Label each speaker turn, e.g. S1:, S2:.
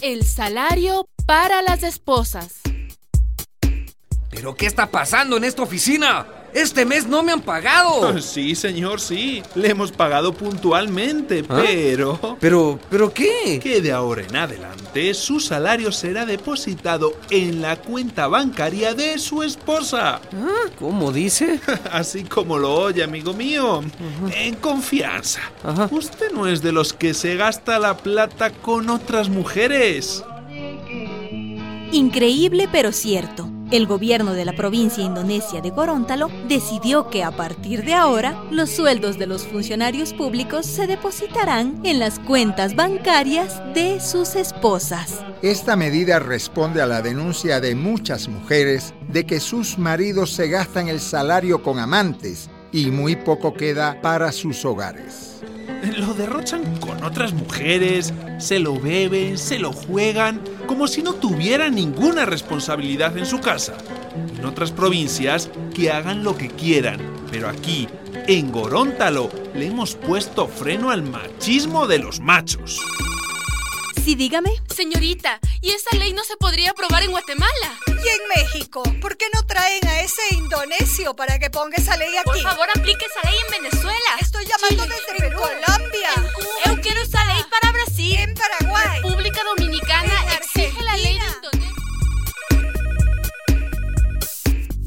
S1: El salario para las esposas.
S2: ¿Pero qué está pasando en esta oficina? Este mes no me han pagado.
S3: Sí, señor, sí. Le hemos pagado puntualmente,
S2: ¿Ah?
S3: pero...
S2: ¿Pero, pero qué?
S3: Que de ahora en adelante su salario será depositado en la cuenta bancaria de su esposa.
S2: ¿Ah? ¿Cómo dice?
S3: Así como lo oye, amigo mío. En confianza.
S2: Ajá.
S3: Usted no es de los que se gasta la plata con otras mujeres.
S4: Increíble pero cierto. El gobierno de la provincia indonesia de Gorontalo decidió que a partir de ahora los sueldos de los funcionarios públicos se depositarán en las cuentas bancarias de sus esposas.
S5: Esta medida responde a la denuncia de muchas mujeres de que sus maridos se gastan el salario con amantes y muy poco queda para sus hogares.
S3: Lo derrochan con otras mujeres, se lo beben, se lo juegan, como si no tuvieran ninguna responsabilidad en su casa. En otras provincias, que hagan lo que quieran, pero aquí, en Gorontalo, le hemos puesto freno al machismo de los machos.
S4: Sí, dígame.
S1: Señorita, ¿y esa ley no se podría aprobar en Guatemala?
S6: Y en México, ¿por qué no traen a ese indonesio para que ponga esa ley
S1: Por
S6: aquí?
S1: favor, aplique esa ley en Venezuela.
S6: Estoy llamando desde Colombia.
S1: Yo quiero esa ley para Brasil.
S6: En Paraguay.
S1: República Dominicana
S6: En
S1: exige la ley de
S6: Argentina.
S1: Indonesia.